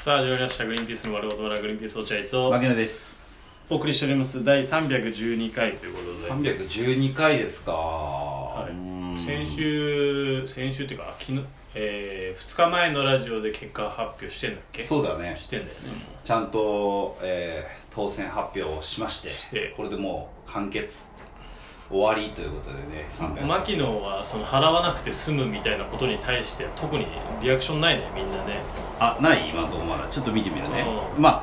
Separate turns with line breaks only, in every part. さあ始まりました「グリーンピースの丸ごとなグリーンピース落合」と
牧野です
お送りしております第312回ということで
312回ですか、
いう
ーん
先週先週っていうか昨日、えー、2日前のラジオで結果発表してんだっけ
そうだね
してんだよね
ちゃんと、えー当選発表をしまして
して
これでもう完結終わりということでね300
牧野はその払わなくて済むみたいなことに対しては特にリアクションないねみんなね
あない今のところまだちょっと見てみるね
うん
まあ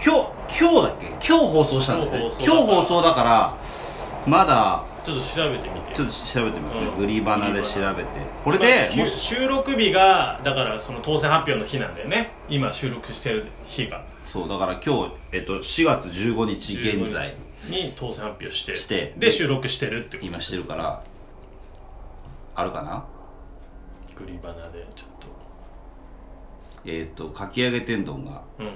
今日今日だっけ今日放送したんだよね今
今日
日
放
放送だからまだ
ちょっと調べてみて
ちょっと調べてみますね、
うん
グリバナで調べてこれ
まあ
で
きゅ
もし
収録日がだからその当選発表の日なんだよね今収録してる日が
そうだから今日、えっと、4月15日現在
15日に当選発表して
して
で収録してるってこと
今してるからあるかな
グリバナでちょっ
えっ、とかき揚げ天丼が
とうん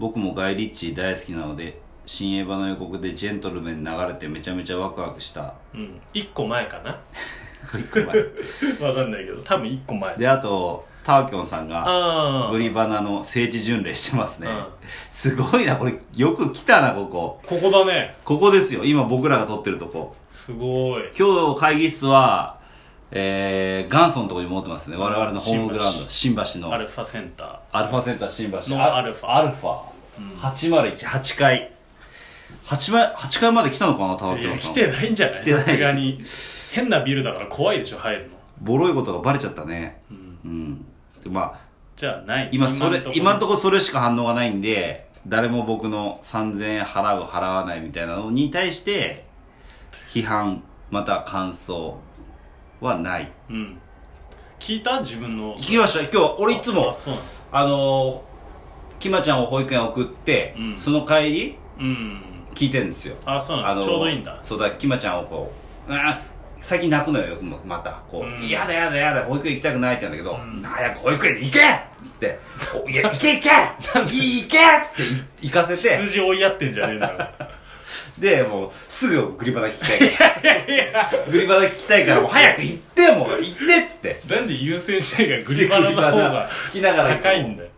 僕もガイ・リッチー大好きなので新映画の予告でジェントルメン流れてめちゃめちゃワクワクした
うん1個前か な
一個前
わかんないけど多分1個前
であとターキョンさんが
ああ
グリバナの聖地巡礼してますね、
うん
すごいなこれよく来たなここ
ここだね
ここですよ今僕らが撮ってるとこ
すごい
今日会議室はえー、元祖のところに戻ってますね我々のホームグラウンド新橋の
アルファセンタ
アルファセンター新橋
の
あ
アルファ
アルファ、8018階8階8階まで来たのかな田
ーい
中
や
さ
来
ん
てないんじゃない
来てな
さ
い
すがに変なビルだから怖いでしょ入るの、
ボロいことがバレちゃったねうんでまあ
じゃあない
今それ
のとこ
今のところそれしか反応がないんで誰も僕の3000円払う払わないみたいなのに対して批判また感想はない
うん聞いた自分の
聞きました今日俺いつも
あそうなの
あのーきまちゃんを保育園送って、
うん
その帰り
うん
聞いてるんですよ
あそうな
あ
の
の
ちょうどいいんだ
そうだきまちゃんをこうあ最近泣くのよよくもまたこ
うん
う「嫌、だ嫌だ嫌だ保育園行きたくない」って言うんだけど「
うん
早く保育園に行け!」っつって「おいや行け行けいい行け!」っつってい行かせて
数字追いやってんじゃねえんだよ
でもうすぐグリバナ聞き たいからグリバナ聞きたいからもう早く行ってもう行ってっつって
なんで優先順位がグリバナの方
グリバナ
が
聞きながら
高いんだよ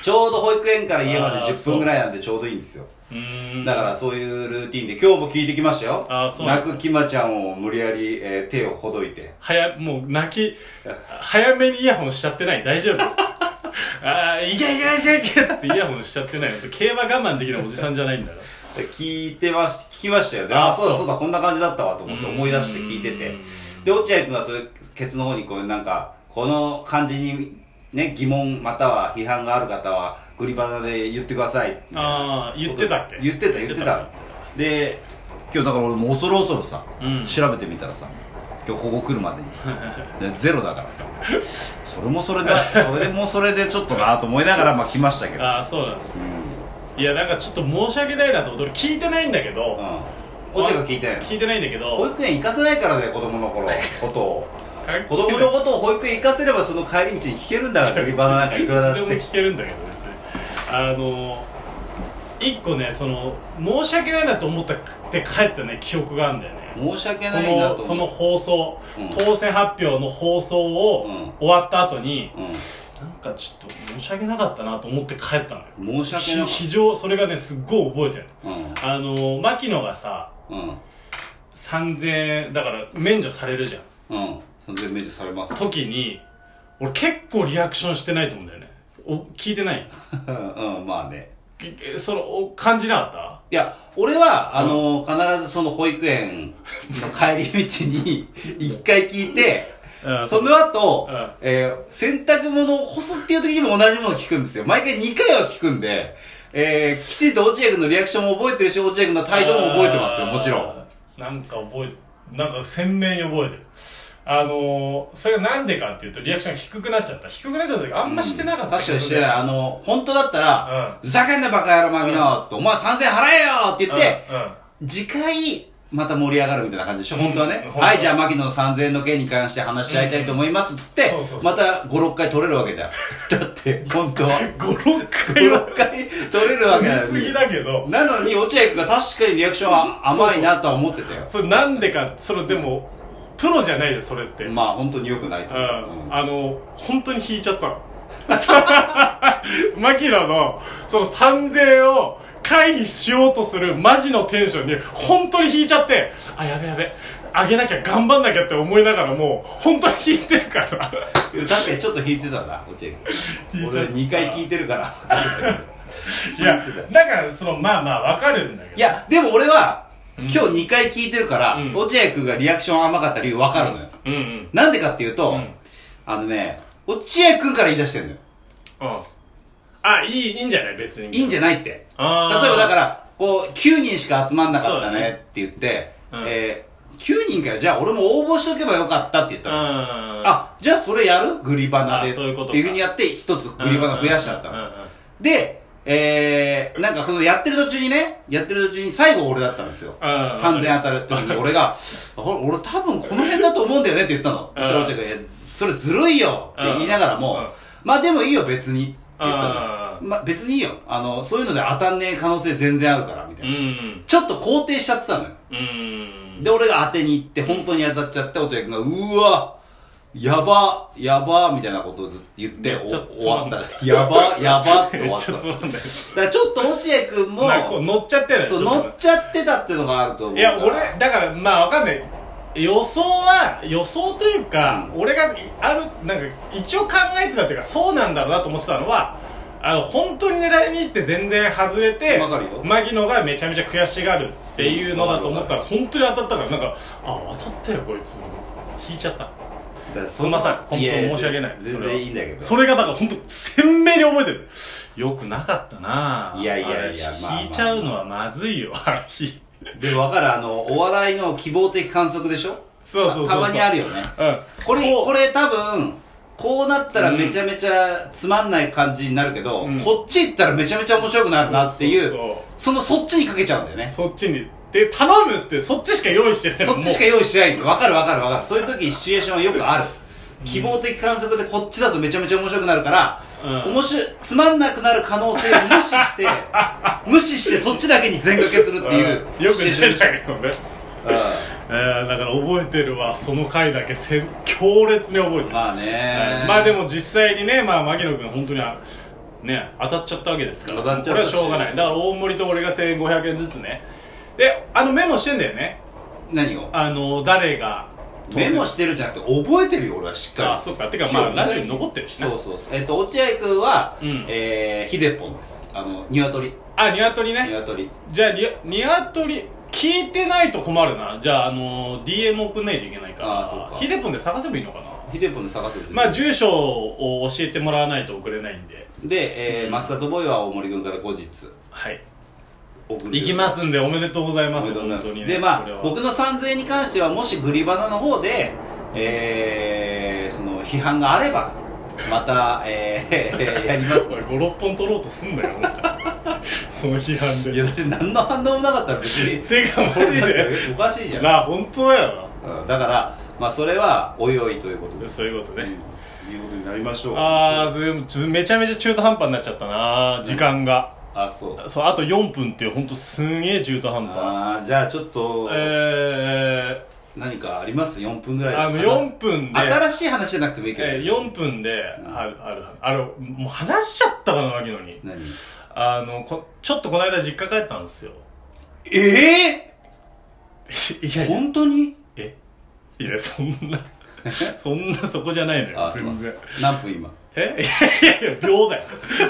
ちょうど保育園から家まで
あー
10
そう
分ぐらいなんでちょうどいいんですよ
うーん
だからそういうルーティンで今日も聞いてきましたよ
あーそう
泣くきまちゃんを無理やり、えー手をほどいて
早もう泣き早めにイヤホンしちゃってない大丈 夫ああいけいけいけいけっつってイヤホンしちゃってないのと競馬我慢できるおじさんじゃないんだから
聞いてまし聞きましたよで
あ
あそうだ
そ
そううだこんな感じだったわと思って
うん
思い出して聞いてて
うん
で落合君はそれケツの方にこういうなんかこの感じにね疑問または批判がある方はグリバナで言ってくださいみたいな
ああ言ってたっけ
言ってた言ってたで今日だから俺も恐る恐るさ、
うん
調べてみたらさ今日ここ来るまでにでゼロだからさそれもそれでそれもそれでちょっとなと思いながらまあ来ましたけど、
ああそうなんだいやなんかちょっと申し訳ないなと思って俺聞いてないんだけ
うんう
ど、
ん、落合君聞いてないの
聞いてないんだけ
保
ど
育園行かせないからね子供の 頃ことを
関係
子供のことを保育園行かせればその帰り道に聞けるんだ から売り場なんかいくらだっ
いつで
て
も聞けるんだけど別にあの一個ねその申し訳ないなと思ったって帰ったね記憶があるんだよね
申し訳
こ
ないな
の
と
そ
思
の
う
放送、
うん
当選発表の放送
う
を
ん
終わった後に、
う
なんかちょっと申し訳なかったなと思って帰ったのよ
ん、申し訳な
ひ
い
非常それがねすっごい覚えてるあのー牧野がさ
うんうん
3000円だから免除されるじゃん
うんそれで免除されます
時に俺結構リアクションしてないと思うんだよねお聞いてない
うんまあね
ええそのお感じなかっ
いや俺はあの必ずその保育園の帰り道に一回聞いて
た、うん、
その後
うん、
えー洗濯物を干すっていう時にも同じものを聞くんですよ。毎回2回は聞くんで、えーきちんと落合君のリアクションも覚えてるし、落合君の態度も覚えてますよ、もちろん。
んなんか覚えなんか鮮明に覚えてるあのー、それがなんでかっていうとリアクションが低くなっちゃった低くなっちゃった時あんましてなかった、
確かにしてない。あの、本当だったら、
う
ふざけんなバカ野郎、マギノつって、お前3000払えよって言って、
うんうん
次回、また盛り上がるみたいな感じでしょ、本当はね
うん。
はい、じゃあ、牧野の3000円の件に関して話し合いたいと思います、つって
そうそう、そう
また5、6回取れるわ けじゃん。だって、本当は。
56
5、
回は
6回取れるわけ
見
なの
す
に
ぎだけど
なのに、落合君が確かにリアクションは甘いなとは思ってたよ。
それなんでかそれでもプロじゃないよそれって、
まあ、本当に良くないと
うん
思う。うん
あの本当に引いちゃったの 牧野のその3000円を回避しようとするマジのテンションに本当に引いちゃってあやべやべあげなきゃ頑張んなきゃって思いながらもう本当に引いてるから
確かにちょっと引いてたな落合
引
君
いちゃってた
俺2回聞いてるから
いやだからそのまあまあわかるんだけど
いやでも俺は今日2回聞いてるから、
うん
落合君がリアクション甘かった理由分かるのよ、
うんうん
なんでかっていうと、
うん
あのね落合君から言い出してるのよ
うんあいいいいんじゃない別に
いいんじ
ゃ
ゃないって例え
あー
ばだからこう9人しか集まんなかった
そうだ
ね
ね
って言って、
うん
えー9人かよじゃあ俺も応募しとけばよかったって言ったの、
うん
あじゃあそれやるグリバナで
あそういうことか
っていうふうにやって一つグリバナ増やしちゃったの、
うんうんうんうん
でえー、なんかそのやってる途中にねやってる途中に最後俺だったんですよ、
うんうん
3000当たる時に俺が「あこれ俺多分この辺だと思うんだよね」って言ったの
うん
そしたら落合君がいや「それずるいよ」って言いながらも、
うん
まあでもいいよ別にって言ったの、
う
まあ、別にいいよあのそういうので当たんねえ可能性全然あるからみたいな、
うん
ちょっと肯定しちゃってたのよ
うん
で俺が当てに行って本当に当たっちゃって落合君が「うわやばやば」みたいなことをずっと言って
め
お
っちゃ
終
つま
わ
ん
っ
ない
た「やばやば」っつっ
め
て終
っ
わっ
ち
た
ゃつ
の
まんない
だからちょっと落合君も
なんかこう乗っちゃってる
そう乗っちゃってたってのがあると思う
い
い
や俺だからまあわかんない予想は予想というか、俺があるなんか一応考えてたっていうかそうなんだろうなと思ってたのはあの本当に狙いに行って全然外れて
わかるよ
牧野がめちゃめちゃ悔しがるっていうのだと思ったら本当に当たったからなんかあ当たったよこいつ引いちゃったすみません本当申し訳ない
全
それは
然いいんだけど
それがだから本当鮮明に覚えてるよくなかったないい
やいやいやまあまあまあ
引いちゃうのはまずいよあれ引い
で分かるあのお笑いの希望的観測でしょ
そうそうそうそう
たたまにあるよね
うん
これ
こう
これ多分こうなったら
うん
めちゃめちゃつまんない感じになるけど、
うん
こっち行ったらめちゃめちゃ面白くなるなってい
そ
う
うそうそう
そのそっちにかけちゃうんだよね
そっちに。で、頼むって、そっちしか用意してない
そっちしか
も
用意してないんだ分かる分かる分かるそういう時シチュエーションはよくある希望的観測でこっちだとめちゃめちゃ面白くなるから、
うん
面白いつまんなくなる可能性を無視して 無視してそっちだけに全掛けするって
う
いう
うんよく
シチュエーショ
出
ン
たけどね。えー、だから覚えてるわ、その回だけせん強烈に覚えて
うん
る。
まあね
えーまあで
も
も実際にね、まあ、牧野君、本当にあね、当たっちゃったわけですから、
当たっちゃ
これ
った
は
し
しょうがない。だから大森と俺が1500円ずつね。で、あのメモしてんだよね。
何を
あの、誰が当
メ
選。
モしてるじゃなくて覚えてるよ俺はしっかり
あ、そっか。てか、まあ、
今
ラ
日
ジオに残ってるしね。
そうそうそうえっ、と落合君は、
うん
えー、ヒデポンですあの鶏
あ、鶏ね。
鶏
じゃあリアニワトリ聞いてないと困るなじゃあ、あの DM 送んないといけないから
あーそうか
ヒデポンで探せばいいのかな
ヒデポンで探せる
まあ住所を教えてもらわないと送れないんで
で、えーマスカットボーイは大森君から後日
はい
送る
行きますんでおめでとうござい
お
ま
め
す
でとうござい
本
ま
当
す
にね
でま
これは
あ僕の3000円に関してはもしグリバナの方で、えー、その批判があればまた、えー、 やります
おい56本取ろうとすんだよお前 その批判
い
で
やだって何の反応もなかったら別に
てかマジで
おかしいじゃん
なあ本当だよ
うんだからまあそれはおいおいということ
な
です、
そういうことね、
うんいうことになりましょう
ああでもちょめちゃめちゃ中途半端になっちゃったな時間が、
あそう
そうあと4分っていう本当すんげえ中途半端
あーじゃあちょっと、
え
何かあります4分ぐらい
ー、あの
話す
4分で、
新しい話じゃなくてもいいけど、
えー、4分で、あるあるあるもう話しちゃったかな牧野に
何
あのこちょっとこの間実家帰ったんですよ
え
い
え
やいや
本当に
えいやそんな そんなそこじゃないのよ
あそう
全然
何分今
え いやいやいや秒だよ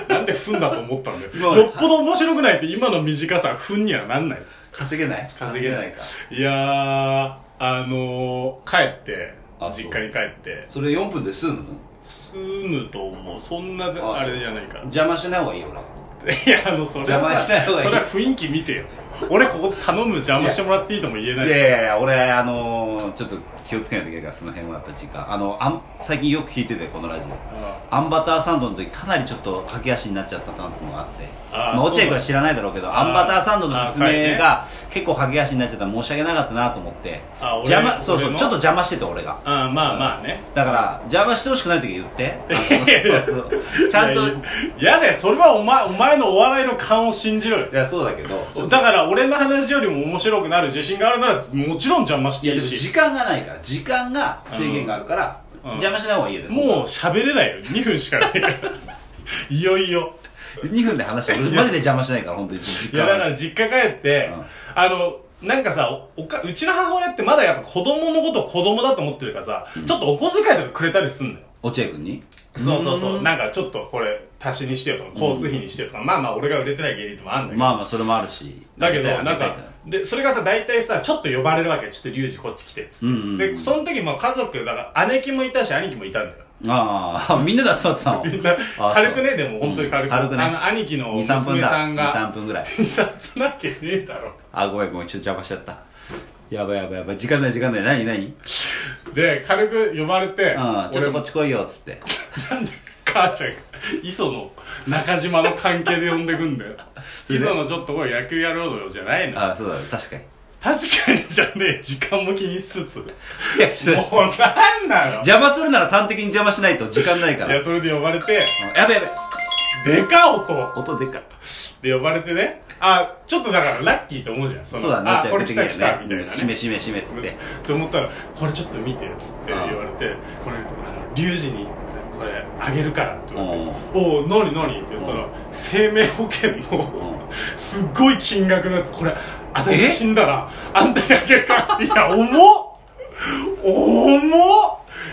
なんでふんだと思ったんだ
今ま
よ
で
よっぽど面白くないって今の短さふんにはなんない
稼げない
稼げない
か
いやーあのー、帰って
あそう
実家に帰って
それ4分で済むの
住むと思うそんな
そう
あれじゃないから
邪魔しない方がいいよ俺
いやあのそれはさ
邪魔しない方がいい
それは雰囲気見てよ俺ここ頼む邪魔してもらっていいとも言えない
いやいやいや俺あのー、ちょっと気をつけないといけないからその辺はやっぱ時間あのあん最近よく聞いててこのラジオ
あ
アンバターサンドの時かなりちょっと駆け足になっちゃったなっていうのがあって
あー
まあ、
そう
落合君は知らないだろうけどアンバターサンドの説
あーはい
明
ね
が結構駆け足になっちゃったら申し訳なかったなと思って
あ俺
邪魔そうそう
俺の
ちょっと邪魔してて俺が
あまあまあね
だから邪魔してほしくない時は言 ってあのそうそうちゃんとい
いやいやだよそれはお前お前のお笑いの勘を信じろよ
やそうだけどちょっと
だから俺の話よりも面白くなる自信があるならもちろん邪魔し
い
て
や
い
で
い
も
し
時間がないから時間が制限があるから、邪魔しない方がいいよね
もう喋れないよ2分しかないから いよいよ
2分で話して俺マジで邪魔しないから本当に実
い
家
や
の
だか
話
ら実家帰って、
うん
あのなんかさおおかうちの母親ってまだやっぱ子供のことを子供だと思ってるからさ、ちょっとお小遣いとかくれたりすんだよ
落合君に
そうそうそううんなんかちょっとこれ足しにしてよとか交通費にしてよとか、まあまあ俺が売れてない芸人とかあんだけど、
まあまあそれもあるし
だけど
あ
な
げた
いん
あげ
か
たい
でそれがさ大体さちょっと呼ばれるわけちょっとリュウジこっち来てっつって、
うんうんうん
でその時も家族だから姉貴もいたし兄貴もいたんだよ
ああ みんなで集まってたの
みんな
あ
軽く
そ
ね
う
でも本当に軽く,、
うん軽くね
あの兄貴の
23分
娘
だ
さんが
23分ぐらい
23分なわけねえだろ
あごめんごめんちょっと邪魔しちゃったやばいやばいやばい時間ない時間ない何何うん
で軽く呼ばれて、
ちょっ
俺
とこ
も
っち来いよっつって
なんで母ちゃんが磯の中島の関係で呼んでくんだよ
それで
磯のちょっとこう野球やろうのよじゃないの
ああそうだね確かに
確かにじゃねえ時間も気にしつ つも
いやちょっと
うなんなの
邪魔するなら端的に邪魔しないと時間ないか
い
ら
やそれで呼ばれて
うんやべやべ
でか音
音でかい
で呼ばれてねあちょっとだからラッキーと思うじゃんその
そうだね
あ
じゃ
こ
あ
れ
出
来
て
た来た
く
みたい
るよね
な
しめしめしめっつって
って思ったら「これちょっと見て」っつって言
ああ
われて「これあのリュウジにこれあげるから」って言われて「
う
おお何何?」って言ったら生命保険のすっごい金額のやつこれ私
え
死んだらあんたにあげる からいや重っ重っ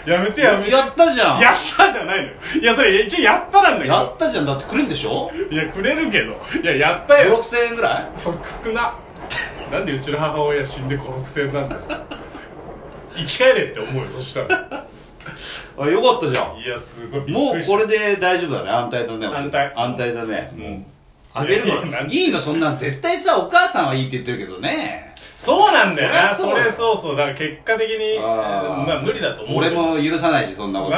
やめてやめて
やったじゃん
やったじゃないのよいやそれ一応やったなんだけ
や
ど
ったじゃんだってくれんでしょ
いやくれるけどいややったよ
56000円ぐら
そっくななんでうちの母親死んで56千なんだよ生き返れって思うよそしたら
いあよかったじゃん
いやすごいびっ
も
く
う
りした
これで大丈夫だね安泰だね
安泰
安泰だねもうあげる
いやいやな
の
ん
いいのそんなん絶対さお母さんはいいって言ってるけどね
そうなんだよなそ
そりゃそう
れそうそうだから結果的に
あー
まあ無理だと思うよ
俺も許さないしそんなこと
な